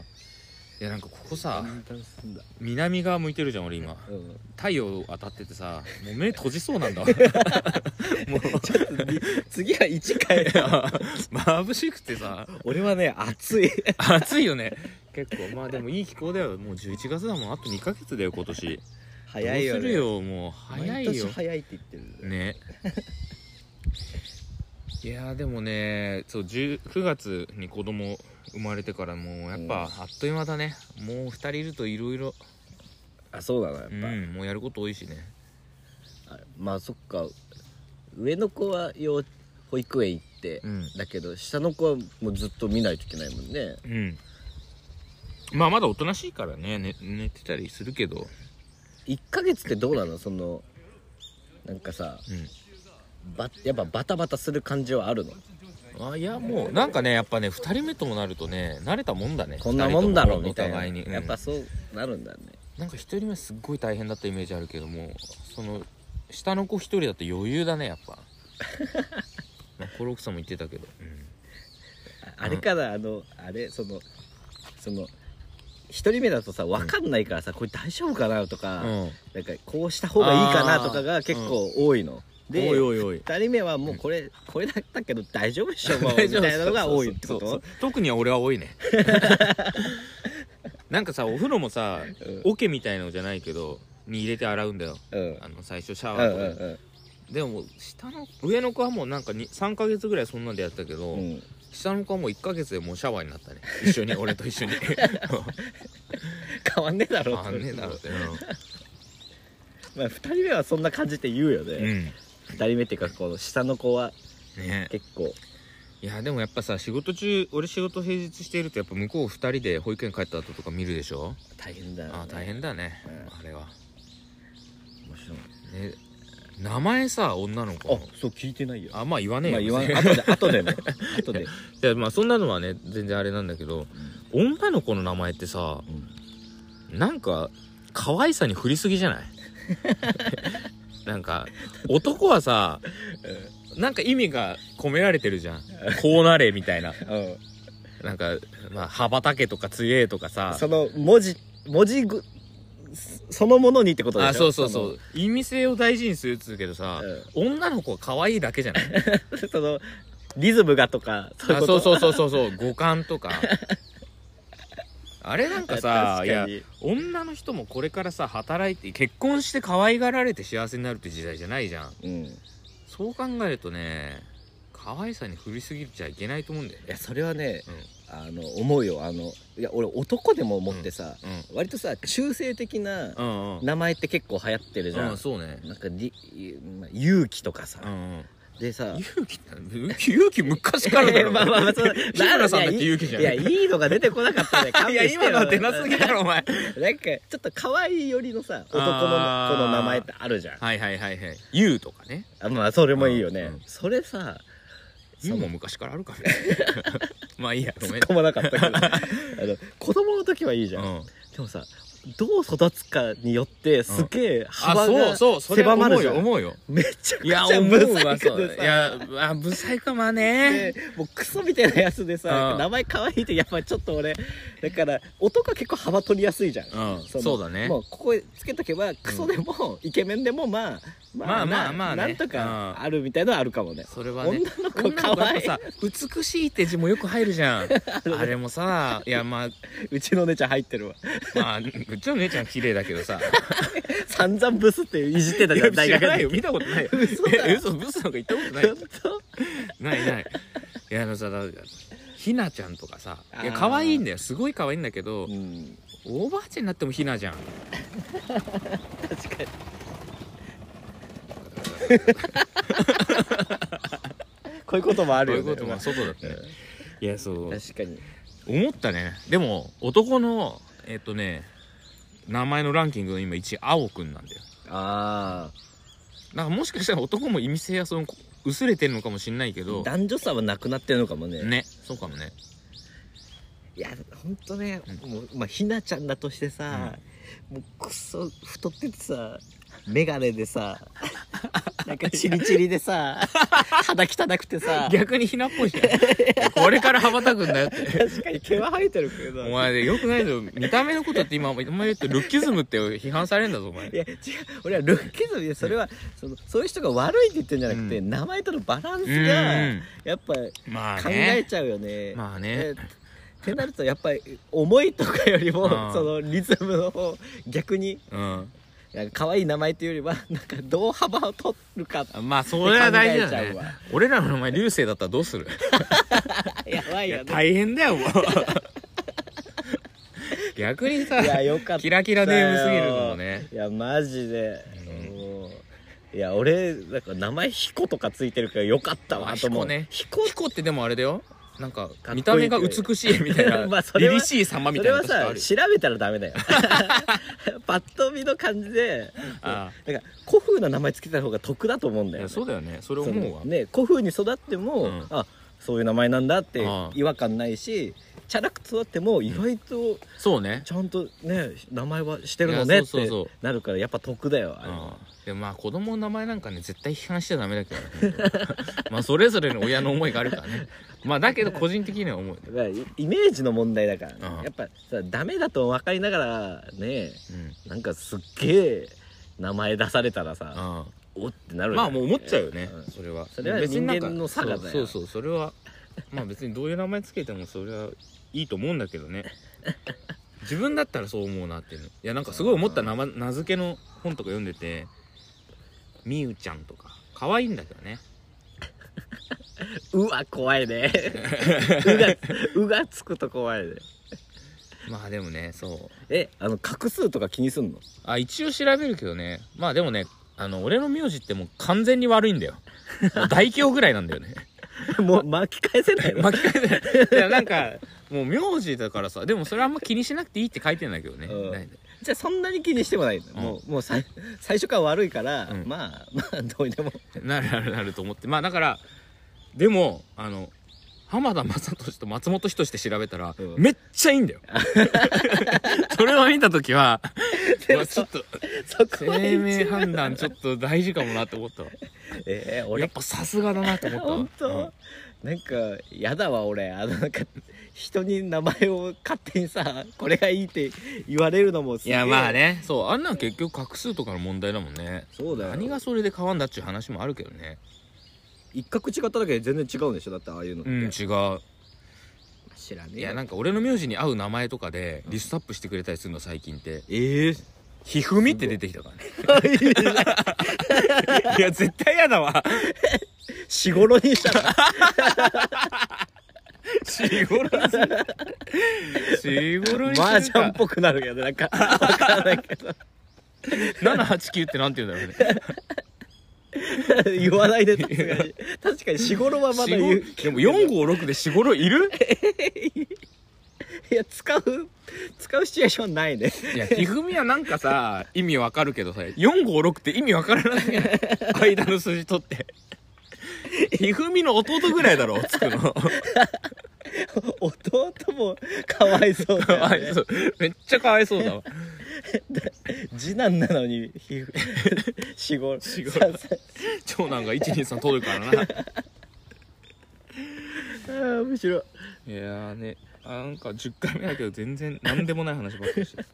[SPEAKER 2] いやなんかここさ
[SPEAKER 1] 分担すんだ
[SPEAKER 2] 南側向いてるじゃん俺今
[SPEAKER 1] うん
[SPEAKER 2] 太陽当たっててさもう目閉じそうなんだわもう
[SPEAKER 1] ちょっとに次は一回
[SPEAKER 2] 眩しくてさ
[SPEAKER 1] 俺はね暑い
[SPEAKER 2] 暑いよね結構まあでもいい気候だよもう11月だもんあと2ヶ月だよ今年
[SPEAKER 1] 早いよ、ね、
[SPEAKER 2] どうするよもう早い
[SPEAKER 1] 毎
[SPEAKER 2] よ
[SPEAKER 1] 年早いって言ってるんだよ
[SPEAKER 2] ねいやーでもねそう10 9月に子供生まれてからもうやっぱあっという間だね、もう2人いるといろいろ
[SPEAKER 1] あそうなのやっ
[SPEAKER 2] う
[SPEAKER 1] ぱ、
[SPEAKER 2] んもうやること多いしね
[SPEAKER 1] あまあそっか上の子は幼保育園行って、
[SPEAKER 2] うん
[SPEAKER 1] だけど下の子はもうずっと見ないといけないもんね
[SPEAKER 2] うんまあまだおとなしいからね寝寝てたりするけど、
[SPEAKER 1] 1ヶ月ってどうなのそのなんかさ
[SPEAKER 2] う
[SPEAKER 1] ばやっぱバタバタする感じはあるの
[SPEAKER 2] ん、あいやもうなんかねやっぱね2人目ともなるとね慣れたもんだね
[SPEAKER 1] こんなもんだろ
[SPEAKER 2] 二
[SPEAKER 1] み
[SPEAKER 2] 人と
[SPEAKER 1] たいな
[SPEAKER 2] もお互いに、うん
[SPEAKER 1] やっぱそうなるんだね
[SPEAKER 2] なんか1人目すっごい大変だったイメージあるけどもその下の子1人だと余裕だねやっぱまあコロクさんも言ってたけど、
[SPEAKER 1] ああれかなあのあれそのその一人目だとさ分かんないからさ、これ大丈夫かなとか、
[SPEAKER 2] うん
[SPEAKER 1] なんかこうした方がいいかなとかが結構多いの、で
[SPEAKER 2] おいおいおい
[SPEAKER 1] 2人目はもうこれ、これだったけど大丈夫でしょもう
[SPEAKER 2] 大
[SPEAKER 1] み
[SPEAKER 2] 丈夫
[SPEAKER 1] たいなのが多いってこ
[SPEAKER 2] そうそ
[SPEAKER 1] と
[SPEAKER 2] うそう特に俺は多いねなんかさお風呂もさ
[SPEAKER 1] うん
[SPEAKER 2] 桶みたいのじゃないけどに入れて洗うんだよ
[SPEAKER 1] うん
[SPEAKER 2] あの最初シャ
[SPEAKER 1] う
[SPEAKER 2] ワ
[SPEAKER 1] んう
[SPEAKER 2] ーと
[SPEAKER 1] ん
[SPEAKER 2] かで、でももう下の上の子はもうなんかに3ヶ月ぐらいそんなんでやったけど、
[SPEAKER 1] うんうん
[SPEAKER 2] 下の子はもう1ヶ月でもうシャワーに なったね一緒に俺と一緒に
[SPEAKER 1] 変わんねえだろ
[SPEAKER 2] あんねえだろって
[SPEAKER 1] まあ、2人目はそんな感じって言うよ
[SPEAKER 2] うん、う
[SPEAKER 1] ね、
[SPEAKER 2] ん
[SPEAKER 1] 二2人目っていうかこの下の子は
[SPEAKER 2] ね
[SPEAKER 1] 結構
[SPEAKER 2] いやでもやっぱさ仕事中俺仕事平日しているとやっぱ向こう2人で保育園帰った後とか見るでしょ
[SPEAKER 1] 大変だよ、ね、
[SPEAKER 2] あー大変だね、
[SPEAKER 1] う
[SPEAKER 2] あれは
[SPEAKER 1] 面白い
[SPEAKER 2] ね名前さ女の子の
[SPEAKER 1] あそう聞いてないよ
[SPEAKER 2] あまあ言わねえ
[SPEAKER 1] まあ
[SPEAKER 2] よ、
[SPEAKER 1] 言わん
[SPEAKER 2] 別に
[SPEAKER 1] 後で後でね後で、
[SPEAKER 2] いやまあそんなのはね全然あれなんだけど女の子の名前ってさなんか可愛さに振りすぎじゃない なんか男はさなんか意味が込められてるじゃんこうなれみたいな
[SPEAKER 1] うんうん
[SPEAKER 2] なんか、まあ、羽ばたけとか強えとかさ
[SPEAKER 1] その文字文字ぐそのものにってことでしょ
[SPEAKER 2] あそうそうそう意味性を大事にするっつうけどさ、女の子は可愛いだけじ ゃない
[SPEAKER 1] そのそのリズムがとかそういう
[SPEAKER 2] あ
[SPEAKER 1] こと
[SPEAKER 2] そうそうそうそうそう五感とかあれなんかさ
[SPEAKER 1] 確か
[SPEAKER 2] いや
[SPEAKER 1] に
[SPEAKER 2] 女の人もこれからさ働いて結婚して可愛がられて幸せになるって時代じゃないじゃん
[SPEAKER 1] うんい
[SPEAKER 2] そう考えるとね可愛さに振りすぎちゃいけないと思うんだよね
[SPEAKER 1] やそれはねあの思うよあのいや俺男でも思ってさ、
[SPEAKER 2] うん
[SPEAKER 1] 割とさ中性的な
[SPEAKER 2] うんうんうん
[SPEAKER 1] 名前って結構流行ってるじゃん、
[SPEAKER 2] うんそうね
[SPEAKER 1] なんかり、まあ勇気とかさ、
[SPEAKER 2] うんうん
[SPEAKER 1] でさ
[SPEAKER 2] 勇気って勇気勇気昔から だろ
[SPEAKER 1] まあまあまあ そう
[SPEAKER 2] 日村さんだって勇気じゃん
[SPEAKER 1] いやいいのが出てこなかったね勘
[SPEAKER 2] いや
[SPEAKER 1] 弁してよ
[SPEAKER 2] 今のは出なすぎだろお前
[SPEAKER 1] なんかちょっと可愛いよりのさ男の
[SPEAKER 2] あー
[SPEAKER 1] 子の名前ってあるじゃん
[SPEAKER 2] はいはいはいはい優とかね
[SPEAKER 1] あまあそれもいいよね、
[SPEAKER 2] うんうん
[SPEAKER 1] それさ
[SPEAKER 2] 優
[SPEAKER 1] その
[SPEAKER 2] も昔からあるから ねまあいいやごめん
[SPEAKER 1] 突っ込まなかったけどあ の子供の時はいいじゃん、
[SPEAKER 2] うん
[SPEAKER 1] でもさどう育つかによってすげえ
[SPEAKER 2] あ
[SPEAKER 1] 幅
[SPEAKER 2] そう
[SPEAKER 1] が
[SPEAKER 2] そうそれは
[SPEAKER 1] 狭ま
[SPEAKER 2] 思
[SPEAKER 1] る
[SPEAKER 2] う
[SPEAKER 1] じゃ
[SPEAKER 2] よ
[SPEAKER 1] ん
[SPEAKER 2] 思うよ
[SPEAKER 1] めちゃく
[SPEAKER 2] い
[SPEAKER 1] ち
[SPEAKER 2] や
[SPEAKER 1] ゃ
[SPEAKER 2] 思
[SPEAKER 1] む
[SPEAKER 2] う
[SPEAKER 1] さ
[SPEAKER 2] わ
[SPEAKER 1] く
[SPEAKER 2] そう
[SPEAKER 1] て
[SPEAKER 2] い
[SPEAKER 1] さ
[SPEAKER 2] やあブサイクはまあね
[SPEAKER 1] でもうクソみたいなやつでさ
[SPEAKER 2] うん
[SPEAKER 1] 名前可愛いってやっぱちょっと俺だから男は結構幅取りやすいじゃん
[SPEAKER 2] うん
[SPEAKER 1] の
[SPEAKER 2] そうだね
[SPEAKER 1] もうここつけとけばクソでもイケメンでもまあ
[SPEAKER 2] まあまあまあね
[SPEAKER 1] ななんと
[SPEAKER 2] う
[SPEAKER 1] か
[SPEAKER 2] ん
[SPEAKER 1] あるみたいのはあるかもね
[SPEAKER 2] それはね
[SPEAKER 1] 女の子可愛い
[SPEAKER 2] 女の子やっぱさ美しいって字もよく入る じゃんあれもさいやまあ
[SPEAKER 1] うちの姉ちゃん入ってるわ
[SPEAKER 2] まあうちの姉ちゃん綺麗だけどさ
[SPEAKER 1] 散々ブスっていじってたじゃん 大
[SPEAKER 2] 知ら
[SPEAKER 1] 学
[SPEAKER 2] ない
[SPEAKER 1] で
[SPEAKER 2] よ見たことないよ
[SPEAKER 1] 嘘だ
[SPEAKER 2] え嘘ブスなんか言ったことないよ
[SPEAKER 1] 本当
[SPEAKER 2] ないないいやあのさだからひなちゃんとかさいや
[SPEAKER 1] あー
[SPEAKER 2] 可愛いんだよすごい可愛いんだけど
[SPEAKER 1] うん
[SPEAKER 2] おばあちゃんになってもひなじゃん
[SPEAKER 1] 確かに こういうこともあ
[SPEAKER 2] そう
[SPEAKER 1] る
[SPEAKER 2] い
[SPEAKER 1] よ
[SPEAKER 2] う
[SPEAKER 1] ね
[SPEAKER 2] ことも外だったねいやそう
[SPEAKER 1] 確かに
[SPEAKER 2] 思ったねでも男のえっとね名前のランキングの今1位青くんなんだよ
[SPEAKER 1] あ
[SPEAKER 2] なんかもしかしたら男も意味性はその薄れてるのかもしんないけ
[SPEAKER 1] あ
[SPEAKER 2] ど
[SPEAKER 1] 男女差はなくなってるのかもね
[SPEAKER 2] ねそうかもね
[SPEAKER 1] いやほんとね、もうまあ、ひなちゃんだとして さ、もうくっそ太っててさ眼鏡でさなんかチリチリでさ肌汚くてさ
[SPEAKER 2] 逆にひなっぽい じゃんこれから羽ばたくんだよって
[SPEAKER 1] 確かに毛は生えてるけど
[SPEAKER 2] お前でよくないぞ見た目のことって今お前言ってルッキズムって批判されるんだぞお前
[SPEAKER 1] いや違う俺はルッキズムでそれはそのそういう人が悪いって言ってるんじゃなくて、
[SPEAKER 2] う
[SPEAKER 1] 名前とのバランス
[SPEAKER 2] うん
[SPEAKER 1] がやっぱ
[SPEAKER 2] まあ
[SPEAKER 1] 考え
[SPEAKER 2] ね
[SPEAKER 1] ちゃうよね。
[SPEAKER 2] まあ
[SPEAKER 1] えっ
[SPEAKER 2] ね
[SPEAKER 1] てなるとやっぱり思いとかよりも
[SPEAKER 2] あー
[SPEAKER 1] そのリズムの方逆に
[SPEAKER 2] うん
[SPEAKER 1] なんか可愛い名前っていうよりはなんかどう幅を取るか
[SPEAKER 2] まあそれは大事
[SPEAKER 1] 考え
[SPEAKER 2] だ
[SPEAKER 1] ちゃう
[SPEAKER 2] ね
[SPEAKER 1] わ
[SPEAKER 2] 俺らの名前流星だったらどうする
[SPEAKER 1] やばい
[SPEAKER 2] い
[SPEAKER 1] よ
[SPEAKER 2] や
[SPEAKER 1] ね。
[SPEAKER 2] 大変だよ もう逆にさ
[SPEAKER 1] いやよかったよ
[SPEAKER 2] キラキラネームすぎるのもね
[SPEAKER 1] いやマジで、もういや俺なんか名前彦とかついてるからよかったわと思う。
[SPEAKER 2] 彦ね
[SPEAKER 1] 彦
[SPEAKER 2] 彦ってでもあれだよなん
[SPEAKER 1] かっ
[SPEAKER 2] か
[SPEAKER 1] こいい
[SPEAKER 2] 見た目が美しいみたい
[SPEAKER 1] まあ
[SPEAKER 2] な
[SPEAKER 1] それは
[SPEAKER 2] 凛々しい様み
[SPEAKER 1] そ
[SPEAKER 2] た
[SPEAKER 1] れ
[SPEAKER 2] いな
[SPEAKER 1] は
[SPEAKER 2] 確かあ
[SPEAKER 1] さ
[SPEAKER 2] るよ
[SPEAKER 1] 調べたらダメ だよパッと見の感じで
[SPEAKER 2] あ
[SPEAKER 1] なんか古風な名前つけた方が得だと思うんだ
[SPEAKER 2] い
[SPEAKER 1] よ、
[SPEAKER 2] や
[SPEAKER 1] ね、
[SPEAKER 2] そうだよねそれ
[SPEAKER 1] そ
[SPEAKER 2] 思うわ
[SPEAKER 1] のね古風に育っても、
[SPEAKER 2] うん
[SPEAKER 1] あそういう名前なんだって
[SPEAKER 2] ああ
[SPEAKER 1] 違和感ないしチャラく育っても意外と
[SPEAKER 2] そうね
[SPEAKER 1] ちゃんとね名前はしてるのね
[SPEAKER 2] い
[SPEAKER 1] っ
[SPEAKER 2] やそうそう
[SPEAKER 1] て
[SPEAKER 2] そう
[SPEAKER 1] なるからやっぱ得だよあれは
[SPEAKER 2] うんでもまあ子供の名前なんかね絶対批判しちゃダメだけど ねまあそれぞれの親の思いがあるからねまあだけど個人的には思う、
[SPEAKER 1] だからイイメージの問題だからね、
[SPEAKER 2] ああ
[SPEAKER 1] やっぱさダメだと分かりながらね
[SPEAKER 2] うん
[SPEAKER 1] なんかすっげえ名前出されたらさ
[SPEAKER 2] あ
[SPEAKER 1] おってな
[SPEAKER 2] あ
[SPEAKER 1] るよね
[SPEAKER 2] まあもう思っちゃうよね、
[SPEAKER 1] うん
[SPEAKER 2] それは
[SPEAKER 1] それは
[SPEAKER 2] 別になんか
[SPEAKER 1] 人間の差がだよ
[SPEAKER 2] そうそうそうそれはまあ別にどういう名前つけてもそれはいいと思うんだけど ね自分だったらそう思うなっていうのいやなんかすごい思った名前名付けの本とか読んでてみゆちゃんとか可愛いんだけどね
[SPEAKER 1] うわ怖い ねうがうがつくと怖いね
[SPEAKER 2] まあでもねそう
[SPEAKER 1] えあの画数とか気にすんの
[SPEAKER 2] あ一応調べるけどねまあでもねあの俺の名字ってもう完全に悪いんだよもう大凶ぐらいなんだよね
[SPEAKER 1] もう巻き返せないの
[SPEAKER 2] 巻き返せいやなんかもう名字だからさでもそれあんま気にしなくていいって書いてんだけどね、
[SPEAKER 1] うん
[SPEAKER 2] ない
[SPEAKER 1] じゃあそんなに気にしてもないの、
[SPEAKER 2] ん
[SPEAKER 1] もうもうさい最初から悪いから、
[SPEAKER 2] うん
[SPEAKER 1] まあ まあどうにでも
[SPEAKER 2] なるなるなると思ってまあだからでもあの浜田雅俊と松本人志って調べたら、
[SPEAKER 1] うん
[SPEAKER 2] めっちゃいいん だよそれを見た時はうわちょっと
[SPEAKER 1] そこは
[SPEAKER 2] 生命
[SPEAKER 1] 一番
[SPEAKER 2] 判断ちょっと大事かもなって思ったわ
[SPEAKER 1] えー、
[SPEAKER 2] やっ
[SPEAKER 1] 俺
[SPEAKER 2] ぱさすがだなって思ったわ
[SPEAKER 1] 本当、なんかやだわ俺あのなんか人に名前を勝手にさこれがいいって言われるのもす
[SPEAKER 2] い
[SPEAKER 1] げえ
[SPEAKER 2] やまあねそうあんなん結局画数とかの問題だもんね
[SPEAKER 1] そうだよ
[SPEAKER 2] 何がそれで変わんだっちゅう話もあるけどね
[SPEAKER 1] 一角違っただけで全然違うんでしょだってああいうのって、
[SPEAKER 2] うん違う
[SPEAKER 1] 知らねえ
[SPEAKER 2] いやなんか俺の名字に合う名前とかでリストアップしてくれたりするの最近って
[SPEAKER 1] ええー、
[SPEAKER 2] 「ひふみ」って出てきたからね いや絶対嫌だわ
[SPEAKER 1] しごろにしたら
[SPEAKER 2] しごろにするしごろ に
[SPEAKER 1] 麻
[SPEAKER 2] する
[SPEAKER 1] 雀っ
[SPEAKER 2] か
[SPEAKER 1] ぽくなるけどなん かわかんないけど
[SPEAKER 2] 789ってなんて言うんだろうね
[SPEAKER 1] 言わないで確かに確かにしごろはまだ
[SPEAKER 2] し
[SPEAKER 1] 言う
[SPEAKER 2] ごでも456でしごろいる
[SPEAKER 1] いや使う使うシチュエーションないね
[SPEAKER 2] い や、ひふみはなんかさ、意味わかるけどさ、456って意味わからないじゃ ない間の数字取って。ひふみの弟ぐらいだろ、つくの。
[SPEAKER 1] 弟もかわいそう
[SPEAKER 2] か
[SPEAKER 1] だよ、ね、
[SPEAKER 2] わいそう。めっちゃかわいそうだわ。
[SPEAKER 1] 次男なのにひ しごろ
[SPEAKER 2] しごろ
[SPEAKER 1] ささ
[SPEAKER 2] 長男が123取るから な。いや
[SPEAKER 1] あー面白い
[SPEAKER 2] ーね、なんか10回目だけど全然なんでもない話ばっかりしてる。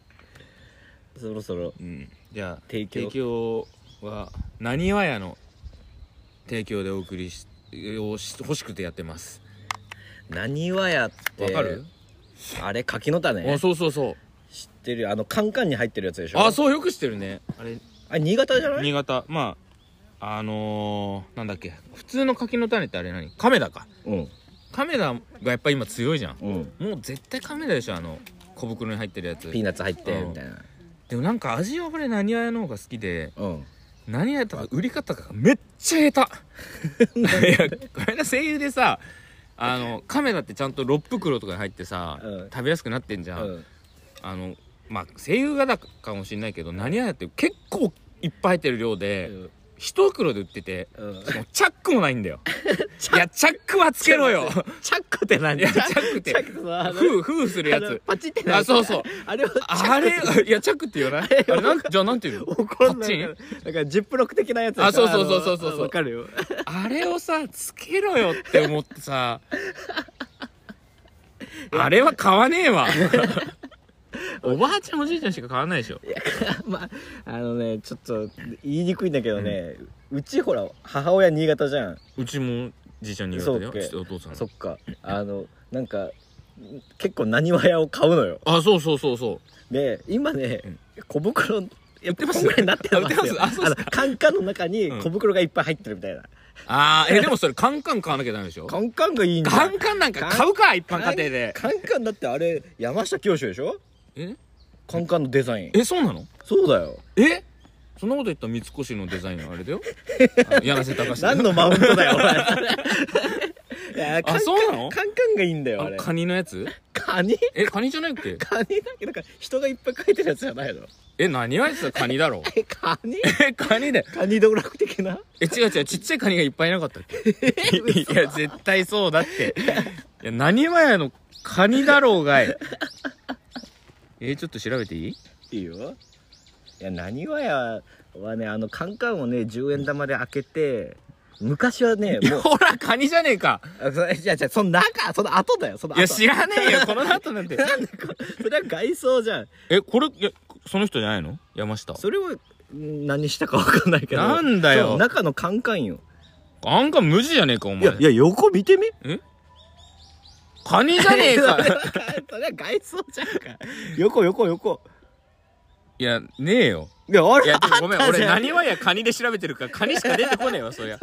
[SPEAKER 1] そろそろ
[SPEAKER 2] うん。じゃあ、
[SPEAKER 1] 提供
[SPEAKER 2] は、なにわ屋の提供でお送りし、をし欲しくてやってます。
[SPEAKER 1] 何はやって
[SPEAKER 2] わかる、
[SPEAKER 1] あれ柿の種
[SPEAKER 2] あ、そうそうそう。
[SPEAKER 1] 知ってるよあのカンカンに入ってるやつでしょ
[SPEAKER 2] あ、そう、よく知ってるね。あれ、
[SPEAKER 1] あれ新潟じゃない
[SPEAKER 2] 新潟まああのー、なんだっけ普通の柿の種ってあれ何亀田か
[SPEAKER 1] うん
[SPEAKER 2] 亀田がやっぱ今強いじゃん
[SPEAKER 1] うん
[SPEAKER 2] もう絶対亀田でしょあの小袋に入ってるやつ
[SPEAKER 1] ピーナッツ入って
[SPEAKER 2] うん
[SPEAKER 1] みたいな
[SPEAKER 2] でもなんか味は俺何屋の方が好きで
[SPEAKER 1] うん
[SPEAKER 2] 何屋とか売り方がめっちゃ下手いやこれの声優でさあの亀田ってちゃんと6袋とかに入ってさ、
[SPEAKER 1] うん
[SPEAKER 2] 食べやすくなってんじゃん、
[SPEAKER 1] うん
[SPEAKER 2] あのまあ声優がだかもしんないけど何屋って結構いっぱい入ってる量で、
[SPEAKER 1] うん
[SPEAKER 2] 一袋で売ってて
[SPEAKER 1] うん
[SPEAKER 2] もうチャックもないんだよ
[SPEAKER 1] チ
[SPEAKER 2] いやチャックはつけろよ
[SPEAKER 1] チャックって何
[SPEAKER 2] いやチャックって
[SPEAKER 1] チャックのあの
[SPEAKER 2] フーフーするや
[SPEAKER 1] あの
[SPEAKER 2] つ
[SPEAKER 1] パチってなる
[SPEAKER 2] あそうそう
[SPEAKER 1] あれをチャック
[SPEAKER 2] あれいやチャックって言わないあれなんじゃあなんて言うの
[SPEAKER 1] 怒ん
[SPEAKER 2] パ
[SPEAKER 1] な
[SPEAKER 2] チ
[SPEAKER 1] い
[SPEAKER 2] ン
[SPEAKER 1] だからジップロック的なやつでしょ
[SPEAKER 2] あそうそうそうそうそう
[SPEAKER 1] あのわかるよ
[SPEAKER 2] あれをさつけろよって思ってさあれは買わねえわおばあちゃんおじいちゃんしか買わないでしょ
[SPEAKER 1] まああのねちょっと言いにくいんだけどね、うちほら母親新潟じゃん
[SPEAKER 2] うちもじいちゃん苦手だよ
[SPEAKER 1] そうっけ
[SPEAKER 2] ちょっとお父さん
[SPEAKER 1] そっかあのなんか結構なにわ屋を買うのよ
[SPEAKER 2] あそうそうそうそう
[SPEAKER 1] で今ね
[SPEAKER 2] うん
[SPEAKER 1] 小袋やっ
[SPEAKER 2] っ
[SPEAKER 1] ぱ
[SPEAKER 2] てま
[SPEAKER 1] こん
[SPEAKER 2] す
[SPEAKER 1] ぐらいになってるん
[SPEAKER 2] あ売ってますあそうっ
[SPEAKER 1] あの
[SPEAKER 2] すか
[SPEAKER 1] カンカンの中に
[SPEAKER 2] うん
[SPEAKER 1] 小袋がいっぱい入ってるみたいな、
[SPEAKER 2] あーえでもそれカンカン買わなきゃダメでしょ
[SPEAKER 1] カンカンがいいんだ
[SPEAKER 2] カンカンなんか買うか一般家庭で
[SPEAKER 1] カンカンだってあれ山下清でしょ
[SPEAKER 2] え
[SPEAKER 1] カンカンのデザイン
[SPEAKER 2] えそうなの
[SPEAKER 1] そうだよ
[SPEAKER 2] えそんなこと言ったら三越のデザインのあれだ よあの柳瀬隆
[SPEAKER 1] 何のマウントだよお 前いやカンカン
[SPEAKER 2] そうなの
[SPEAKER 1] カンカンがいいんだよあ
[SPEAKER 2] あ
[SPEAKER 1] れ
[SPEAKER 2] カニのやつ
[SPEAKER 1] カニ
[SPEAKER 2] えカニじゃないっけ
[SPEAKER 1] カニだけどか人がいっぱい書いてるやつじゃないの
[SPEAKER 2] え何やつカニだ ろ
[SPEAKER 1] えカニ
[SPEAKER 2] えカニで
[SPEAKER 1] カニ道楽的な
[SPEAKER 2] え違う違うちっちゃいカニがいっぱいいなかったっ けいや絶対そうだっていや何わやのカニだろうがいえちょっと調べていい
[SPEAKER 1] いいよいやなにわやはねあのカンカンをね10円玉で開けて昔はねもう
[SPEAKER 2] ほらカニじゃねえか
[SPEAKER 1] あそれいやじゃその中その後だよその
[SPEAKER 2] い
[SPEAKER 1] 後
[SPEAKER 2] や知らねえよこの 後なんて
[SPEAKER 1] なんでこそれは外装じゃん
[SPEAKER 2] えこれいやその人じゃないの山下
[SPEAKER 1] それをん何したかわかんないけど
[SPEAKER 2] なんだよ
[SPEAKER 1] そう中のカンカンよ
[SPEAKER 2] あんか無地じゃねえかお
[SPEAKER 1] い
[SPEAKER 2] 前
[SPEAKER 1] やいや横見てみ
[SPEAKER 2] カニじゃねえ
[SPEAKER 1] それ
[SPEAKER 2] か
[SPEAKER 1] は それは外装じゃんか横横横
[SPEAKER 2] いやねえよ
[SPEAKER 1] いやあ
[SPEAKER 2] い
[SPEAKER 1] れ
[SPEAKER 2] やでもごめん
[SPEAKER 1] あったじ
[SPEAKER 2] 俺
[SPEAKER 1] ゃん
[SPEAKER 2] 何わやカニで調べてるからカニしか出てこねえ わそりゃ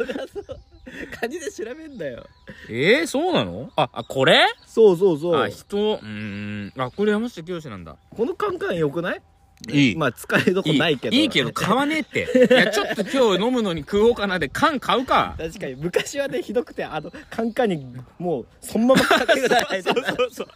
[SPEAKER 1] カニで調べんだよ
[SPEAKER 2] えー、そうなのああこれ
[SPEAKER 1] そうそうそ
[SPEAKER 2] あ
[SPEAKER 1] う
[SPEAKER 2] 人うーんあこれ山下清なんだ
[SPEAKER 1] このカンカン良くない
[SPEAKER 2] いい
[SPEAKER 1] まあ使いどこないけど
[SPEAKER 2] いいけど買わねえって いやちょっと今日飲むのに食おうかなで缶買うか
[SPEAKER 1] 確かに昔はねひどくてあのカンカンにもうそのまま買ってくださいって
[SPEAKER 2] そうそう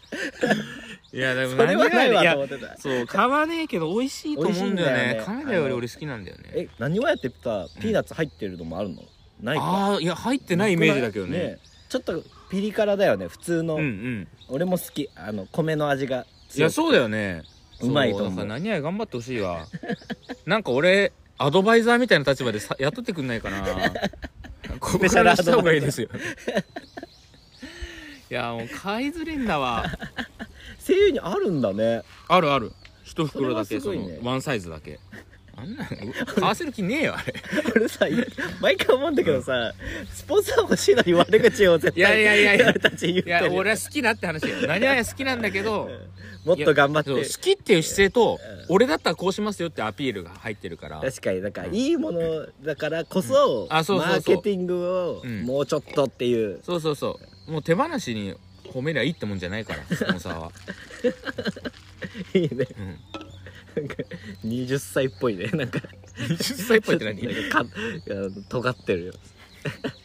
[SPEAKER 2] いやでも
[SPEAKER 1] それはないわ
[SPEAKER 2] い
[SPEAKER 1] と
[SPEAKER 2] や
[SPEAKER 1] 思ってた
[SPEAKER 2] そう買わねえけど美味しいと思うんだよね
[SPEAKER 1] 美味しいんだよね
[SPEAKER 2] カナダより俺好きなんだよね
[SPEAKER 1] え何をやってたピーナッツ入ってるのもあるのないか
[SPEAKER 2] ああいや入ってないイメージだけどね
[SPEAKER 1] ちょっとピリ辛だよね普通の、
[SPEAKER 2] うんうん
[SPEAKER 1] 俺も好きあの米の味が強く
[SPEAKER 2] いやそうだよね
[SPEAKER 1] うまいと思う
[SPEAKER 2] そだから何や頑張ってほしいわ なんか俺アドバイザーみたいな立場でさ雇ってくんないかな ここからした方がいいですよいやもう買いづれんだわ
[SPEAKER 1] 声優にあるんだね
[SPEAKER 2] あるある一袋だけ
[SPEAKER 1] そ
[SPEAKER 2] そ
[SPEAKER 1] れはすごいね
[SPEAKER 2] のワンサイズだけあんなの買わせる気ねえよあれ
[SPEAKER 1] 俺さい毎回思うんだけどさスポンサー欲しいのに悪口を絶対
[SPEAKER 2] いやいやいやいや
[SPEAKER 1] 俺たち言っ
[SPEAKER 2] い
[SPEAKER 1] て
[SPEAKER 2] や
[SPEAKER 1] る
[SPEAKER 2] 俺は好きだって話よ何々好きなんだけど
[SPEAKER 1] もっと頑張って
[SPEAKER 2] そう好きっていう姿勢と
[SPEAKER 1] うん
[SPEAKER 2] 俺だったらこうしますよってアピールが入ってるから
[SPEAKER 1] 確かになんかいいものだからこそ、
[SPEAKER 2] あそうそうそう
[SPEAKER 1] マーケティングを
[SPEAKER 2] うん
[SPEAKER 1] もうちょっとっていう、
[SPEAKER 2] そうそうそうもう手放しに褒めりゃいいってもんじゃないからスポンサーは、
[SPEAKER 1] いいね
[SPEAKER 2] うん、
[SPEAKER 1] なんか20歳っぽいね なんか
[SPEAKER 2] 20歳っぽいって何
[SPEAKER 1] なんかかあの尖ってるよ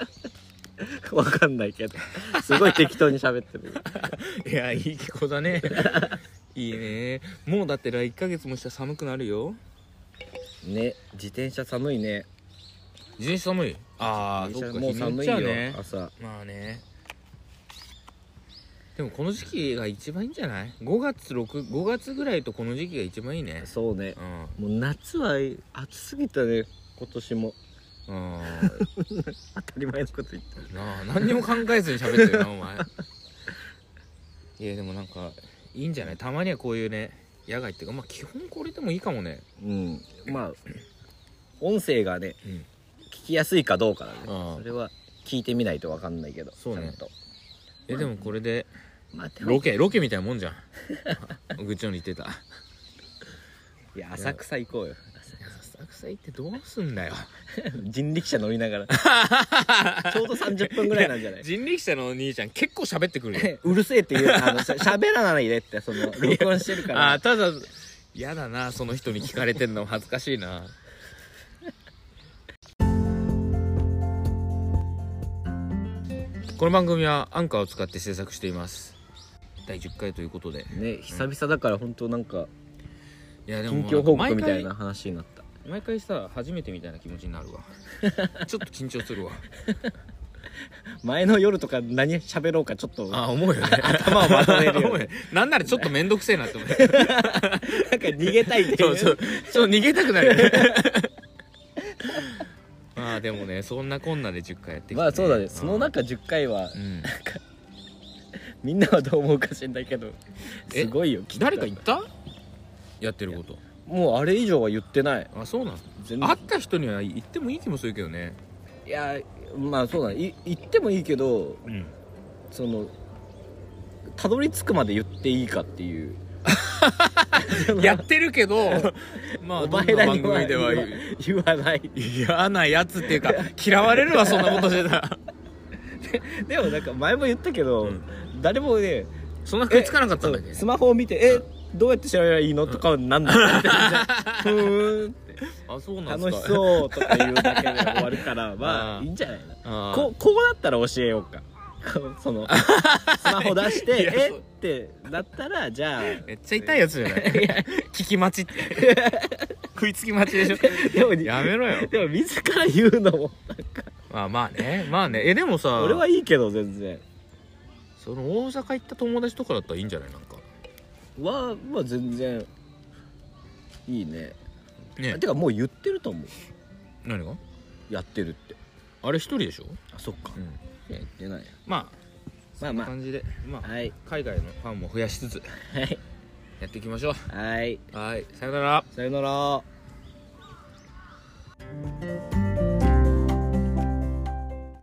[SPEAKER 1] わかんないけどすごい適当に喋って る
[SPEAKER 2] いやいい気候だねいいねもうだって来1ヶ月もしたら寒くなるよ
[SPEAKER 1] ね自転車寒いね
[SPEAKER 2] 自転車寒いああ
[SPEAKER 1] 自
[SPEAKER 2] そ
[SPEAKER 1] 転
[SPEAKER 2] っ
[SPEAKER 1] 車
[SPEAKER 2] か
[SPEAKER 1] もう寒い
[SPEAKER 2] 日
[SPEAKER 1] よ、
[SPEAKER 2] によっちゃね
[SPEAKER 1] 朝
[SPEAKER 2] まあねでもこの時期が一番いいんじゃない5月65月ぐらいとこの時期が一番いいね
[SPEAKER 1] そうね
[SPEAKER 2] うん
[SPEAKER 1] もう夏は暑すぎたね今年も
[SPEAKER 2] うん
[SPEAKER 1] 当たり前のこと言って
[SPEAKER 2] なあ何にも考えずに喋ってる なお前いやでもなんかいいんじゃないたまにはこういうね野外っていうかまあ基本これでもいいかもね
[SPEAKER 1] うんまあ音声がね、
[SPEAKER 2] うん
[SPEAKER 1] 聞きやすいかどうかだね
[SPEAKER 2] ああ
[SPEAKER 1] それは聞いてみないとわかんないけど
[SPEAKER 2] そうね
[SPEAKER 1] ちゃんと
[SPEAKER 2] えでもこれで
[SPEAKER 1] まあでも
[SPEAKER 2] ロケロケみたいなもんじゃん愚痴のに言ってた
[SPEAKER 1] いや浅草行こうよ
[SPEAKER 2] 浅草行ってどうすんだよ
[SPEAKER 1] 人力車乗りな がらちょうど30分ぐらいなんじゃない
[SPEAKER 2] 人力車のお兄ちゃん結構喋ってくるよ
[SPEAKER 1] うるせえっていうあのしゃしゃべらないでってその録音してるか
[SPEAKER 2] あ
[SPEAKER 1] ら
[SPEAKER 2] ーただ嫌だなその人に聞かれてんの恥ずかしいなこの番組はアンカーを使って制作しています第10回ということで
[SPEAKER 1] ね久々だから本当なんか
[SPEAKER 2] いやでも
[SPEAKER 1] 近況報告みたいな話になった
[SPEAKER 2] 毎毎回さ初めてみたいな気持ちになるわ ちょっと緊張するわ
[SPEAKER 1] 前の夜とか何喋ろうかちょっとなんか
[SPEAKER 2] あ思うよね
[SPEAKER 1] 頭をまとめるよね
[SPEAKER 2] 思うよなんならちょっと面倒くせえなって思う
[SPEAKER 1] 逃げたいってい
[SPEAKER 2] そううそうちょっと逃げたくなる よねまあでもねそんなこんなで10回やってきて、
[SPEAKER 1] まあそうだねその中10回は
[SPEAKER 2] うん
[SPEAKER 1] みんなはどう思うか知んないけど
[SPEAKER 2] え
[SPEAKER 1] すごいよ
[SPEAKER 2] 誰か言
[SPEAKER 1] 聞
[SPEAKER 2] っ
[SPEAKER 1] き
[SPEAKER 2] たやってること
[SPEAKER 1] たもうあれ以上は言ってない
[SPEAKER 2] あそうなの
[SPEAKER 1] 全
[SPEAKER 2] 会った人には言ってもいい気もするけどね
[SPEAKER 1] いやまあそうだねい言ってもいいけど
[SPEAKER 2] うん
[SPEAKER 1] そのたどり着くまで言っていいかっていう
[SPEAKER 2] やってるけ どまあ
[SPEAKER 1] お前らに
[SPEAKER 2] どん
[SPEAKER 1] は
[SPEAKER 2] な番組で
[SPEAKER 1] 言
[SPEAKER 2] は
[SPEAKER 1] わ言わない
[SPEAKER 2] 嫌なやつっていうか嫌われるわそんなことしてたら
[SPEAKER 1] でもなんか前も言ったけど、
[SPEAKER 2] うん
[SPEAKER 1] 誰もね
[SPEAKER 2] そんな食いつかなかったんだけ
[SPEAKER 1] そう
[SPEAKER 2] ど
[SPEAKER 1] スマホを見て「えどうやって調べればいいの?」とかはなん だってふーん
[SPEAKER 2] あそうなん
[SPEAKER 1] 楽
[SPEAKER 2] です
[SPEAKER 1] し
[SPEAKER 2] か
[SPEAKER 1] そうとか言うだけで終わるからま
[SPEAKER 2] あ
[SPEAKER 1] あ
[SPEAKER 2] ー
[SPEAKER 1] いいんじゃない
[SPEAKER 2] あー
[SPEAKER 1] こうこうなったら教えようかそのスマホ出し
[SPEAKER 2] い
[SPEAKER 1] て「
[SPEAKER 2] や
[SPEAKER 1] えっ?」てなったらじゃあ
[SPEAKER 2] めっちゃ痛いやつじゃない 聞き待ちって 食いつき待ちでしょ
[SPEAKER 1] でも
[SPEAKER 2] やめろよ
[SPEAKER 1] でも自ら言うのも
[SPEAKER 2] まあまあねまあねえでもさ
[SPEAKER 1] 俺はいいけど全然
[SPEAKER 2] その大阪行った友達とかだったらいいんじゃないなんか
[SPEAKER 1] はまあ全然いいね
[SPEAKER 2] ね
[SPEAKER 1] てかもう言ってると思う
[SPEAKER 2] 何が
[SPEAKER 1] やってるって
[SPEAKER 2] あれ一人でしょ、
[SPEAKER 1] あそっか
[SPEAKER 2] うん、
[SPEAKER 1] 言ってないや
[SPEAKER 2] ま
[SPEAKER 1] まあ
[SPEAKER 2] あ
[SPEAKER 1] ま
[SPEAKER 2] 感じでま
[SPEAKER 1] あ
[SPEAKER 2] あ
[SPEAKER 1] はい
[SPEAKER 2] 海外のファンも増やしつつ
[SPEAKER 1] はい
[SPEAKER 2] やっていきましょ
[SPEAKER 1] はい。
[SPEAKER 2] うはいさよなら
[SPEAKER 1] さよなら。